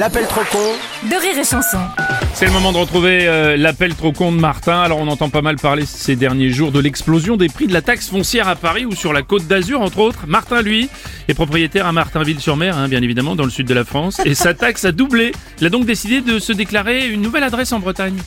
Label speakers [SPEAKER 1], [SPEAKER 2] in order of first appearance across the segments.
[SPEAKER 1] L'appel trop con
[SPEAKER 2] de rire et chanson.
[SPEAKER 3] C'est le moment de retrouver euh, l'appel trop con de Martin. Alors on entend pas mal parler ces derniers jours de l'explosion des prix de la taxe foncière à Paris ou sur la côte d'Azur entre autres. Martin lui est propriétaire à Martinville-sur-Mer, hein, bien évidemment dans le sud de la France, et sa taxe a doublé. Il a donc décidé de se déclarer une nouvelle adresse en Bretagne.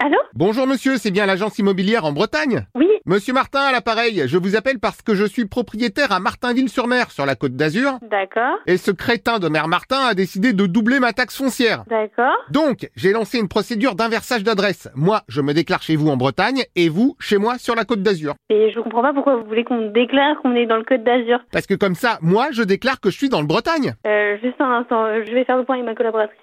[SPEAKER 4] Allô
[SPEAKER 5] Bonjour monsieur, c'est bien l'agence immobilière en Bretagne
[SPEAKER 4] Oui,
[SPEAKER 5] Monsieur Martin à l'appareil, je vous appelle parce que je suis propriétaire à Martinville-sur-Mer, sur la côte d'Azur,
[SPEAKER 4] d'accord,
[SPEAKER 5] et ce crétin de maire Martin a décidé de doubler ma taxe foncière.
[SPEAKER 4] d'accord.
[SPEAKER 5] Donc, j'ai lancé une procédure d'inversage d'adresse. Moi, je me déclare chez vous en Bretagne, et vous, chez moi, sur la côte d'Azur.
[SPEAKER 4] Et je comprends pas pourquoi vous voulez qu'on déclare qu'on est dans le Côte d'Azur.
[SPEAKER 5] Parce que comme ça, moi, je déclare que je suis dans le Bretagne.
[SPEAKER 4] Euh, juste un instant, euh, je vais faire le point avec ma collaboratrice.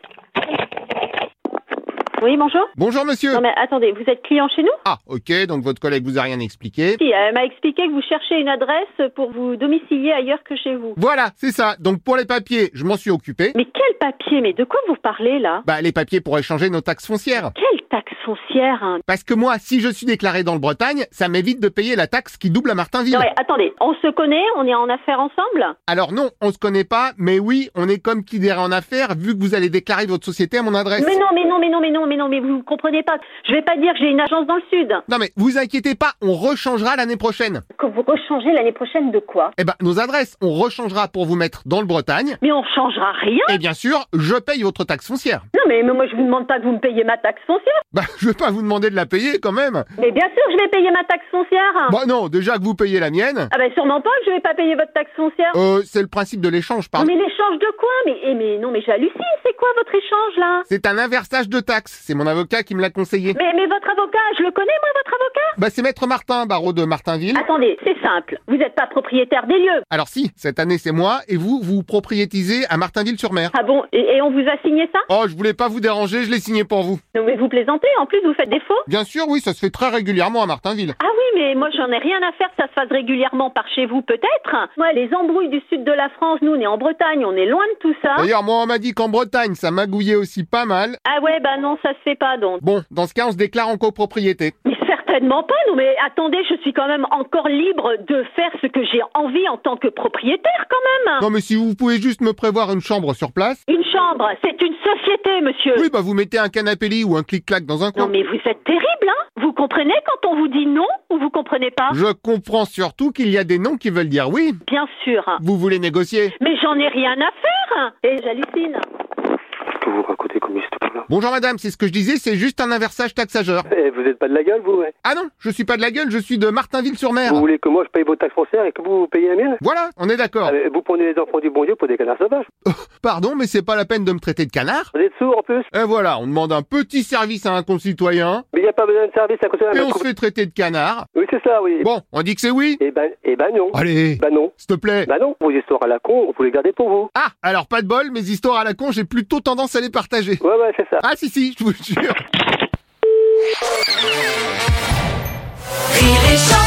[SPEAKER 4] Oui, bonjour
[SPEAKER 5] Bonjour monsieur
[SPEAKER 4] Non mais attendez, vous êtes client chez nous
[SPEAKER 5] Ah, ok, donc votre collègue vous a rien expliqué.
[SPEAKER 4] Si, elle m'a expliqué que vous cherchez une adresse pour vous domicilier ailleurs que chez vous.
[SPEAKER 5] Voilà, c'est ça. Donc pour les papiers, je m'en suis occupé.
[SPEAKER 4] Mais quel papier Mais de quoi vous parlez là
[SPEAKER 5] Bah, les papiers pour échanger nos taxes foncières.
[SPEAKER 4] Quelle taxe foncière hein
[SPEAKER 5] Parce que moi, si je suis déclaré dans le Bretagne, ça m'évite de payer la taxe qui double à Martinville.
[SPEAKER 4] Non mais attendez, on se connaît, on est en affaires ensemble
[SPEAKER 5] Alors non, on se connaît pas, mais oui, on est comme qui dirait en affaires, vu que vous allez déclarer votre société à mon adresse.
[SPEAKER 4] Mais non, mais non, mais non, mais non, mais non, mais vous comprenez pas. Je vais pas dire que j'ai une agence dans le sud.
[SPEAKER 5] Non mais vous inquiétez pas, on rechangera l'année prochaine.
[SPEAKER 4] Que vous rechangez l'année prochaine de quoi
[SPEAKER 5] Eh ben, nos adresses, on rechangera pour vous mettre dans le Bretagne.
[SPEAKER 4] Mais on changera rien
[SPEAKER 5] Et bien sûr, je paye votre taxe foncière.
[SPEAKER 4] Non, mais, mais moi, je vous demande pas que vous me payiez ma taxe foncière.
[SPEAKER 5] Bah, je vais pas vous demander de la payer quand même.
[SPEAKER 4] Mais bien sûr, que je vais payer ma taxe foncière.
[SPEAKER 5] Bah non, déjà que vous payez la mienne.
[SPEAKER 4] Ah ben sûrement pas que je vais pas payer votre taxe foncière.
[SPEAKER 5] Euh, c'est le principe de l'échange,
[SPEAKER 4] Non,
[SPEAKER 5] pardon.
[SPEAKER 4] mais l'échange de quoi mais, eh, mais non, mais j'hallucine. C'est quoi votre échange là
[SPEAKER 5] C'est un inversage de taxes, c'est mon avocat qui me l'a conseillé.
[SPEAKER 4] mais, mais votre avocat, je le connais moi, votre avocat
[SPEAKER 5] Bah c'est Maître Martin, barreau de Martinville.
[SPEAKER 4] Attendez, c'est simple. Vous n'êtes pas propriétaire des lieux.
[SPEAKER 5] Alors si, cette année c'est moi, et vous, vous propriétisez à Martinville-sur-Mer.
[SPEAKER 4] Ah bon et, et on vous a signé ça
[SPEAKER 5] Oh, je voulais pas vous déranger, je l'ai signé pour vous.
[SPEAKER 4] Non, mais vous plaisantez. En plus, vous faites des faux.
[SPEAKER 5] Bien sûr, oui, ça se fait très régulièrement à Martinville.
[SPEAKER 4] Ah oui, mais moi j'en ai rien à faire que ça se fasse régulièrement par chez vous peut-être. Moi, les embrouilles du sud de la France, nous on est en Bretagne, on est loin de tout ça.
[SPEAKER 5] D'ailleurs, moi, on m'a dit qu'en Bretagne, ça magouillait aussi pas mal.
[SPEAKER 4] Ah ouais, bah non, ça se fait pas donc.
[SPEAKER 5] Bon, dans ce cas, on se déclare en copropriété.
[SPEAKER 4] Mais certainement pas, non mais attendez, je suis quand même encore libre de faire ce que j'ai envie en tant que propriétaire quand même.
[SPEAKER 5] Non, mais si vous pouvez juste me prévoir une chambre sur place.
[SPEAKER 4] Une chambre, c'est une société, monsieur.
[SPEAKER 5] Oui, bah vous mettez un canapé lit ou un clic-clac dans un
[SPEAKER 4] Euh. Non
[SPEAKER 5] coin.
[SPEAKER 4] mais vous êtes terrible, hein Vous comprenez quand on vous dit non ou vous comprenez pas
[SPEAKER 5] Je comprends surtout qu'il y a des noms qui veulent dire oui.
[SPEAKER 4] Bien sûr.
[SPEAKER 5] Vous voulez négocier
[SPEAKER 4] Mais j'en ai rien à faire. Et j'hallucine.
[SPEAKER 6] Je peux vous raconter comme une stupide. là.
[SPEAKER 5] Bonjour madame, c'est ce que je disais, c'est juste un inversage taxageur.
[SPEAKER 6] Eh, vous êtes pas de la gueule, vous, ouais.
[SPEAKER 5] Ah non, je suis pas de la gueule, je suis de Martinville-sur-Mer.
[SPEAKER 6] Vous voulez que moi je paye vos taxes foncières et que vous, vous payez la mienne
[SPEAKER 5] Voilà, on est d'accord.
[SPEAKER 6] Ah, mais Vous prenez les enfants du bon Dieu pour des canards sauvages.
[SPEAKER 5] Pardon, mais c'est pas la peine de me traiter de canard.
[SPEAKER 6] Vous êtes sourds en plus.
[SPEAKER 5] Et voilà, on demande un petit service à un concitoyen,
[SPEAKER 6] Mais il n'y a pas besoin de service à côté de
[SPEAKER 5] et
[SPEAKER 6] la
[SPEAKER 5] on se fait traiter de canard.
[SPEAKER 6] Oui, c'est ça, oui.
[SPEAKER 5] Bon, on dit que c'est oui
[SPEAKER 6] Eh ben, eh ben non.
[SPEAKER 5] Allez,
[SPEAKER 6] Bah non.
[SPEAKER 5] s'il te plaît.
[SPEAKER 6] Bah non, vos histoires à la con, vous les gardez pour vous.
[SPEAKER 5] Ah, alors pas de bol, mes histoires à la con, j'ai plutôt tendance à les partager.
[SPEAKER 6] Ouais, ouais, c'est ça.
[SPEAKER 5] Ah si si, je vous jure.
[SPEAKER 2] Rire et chanson.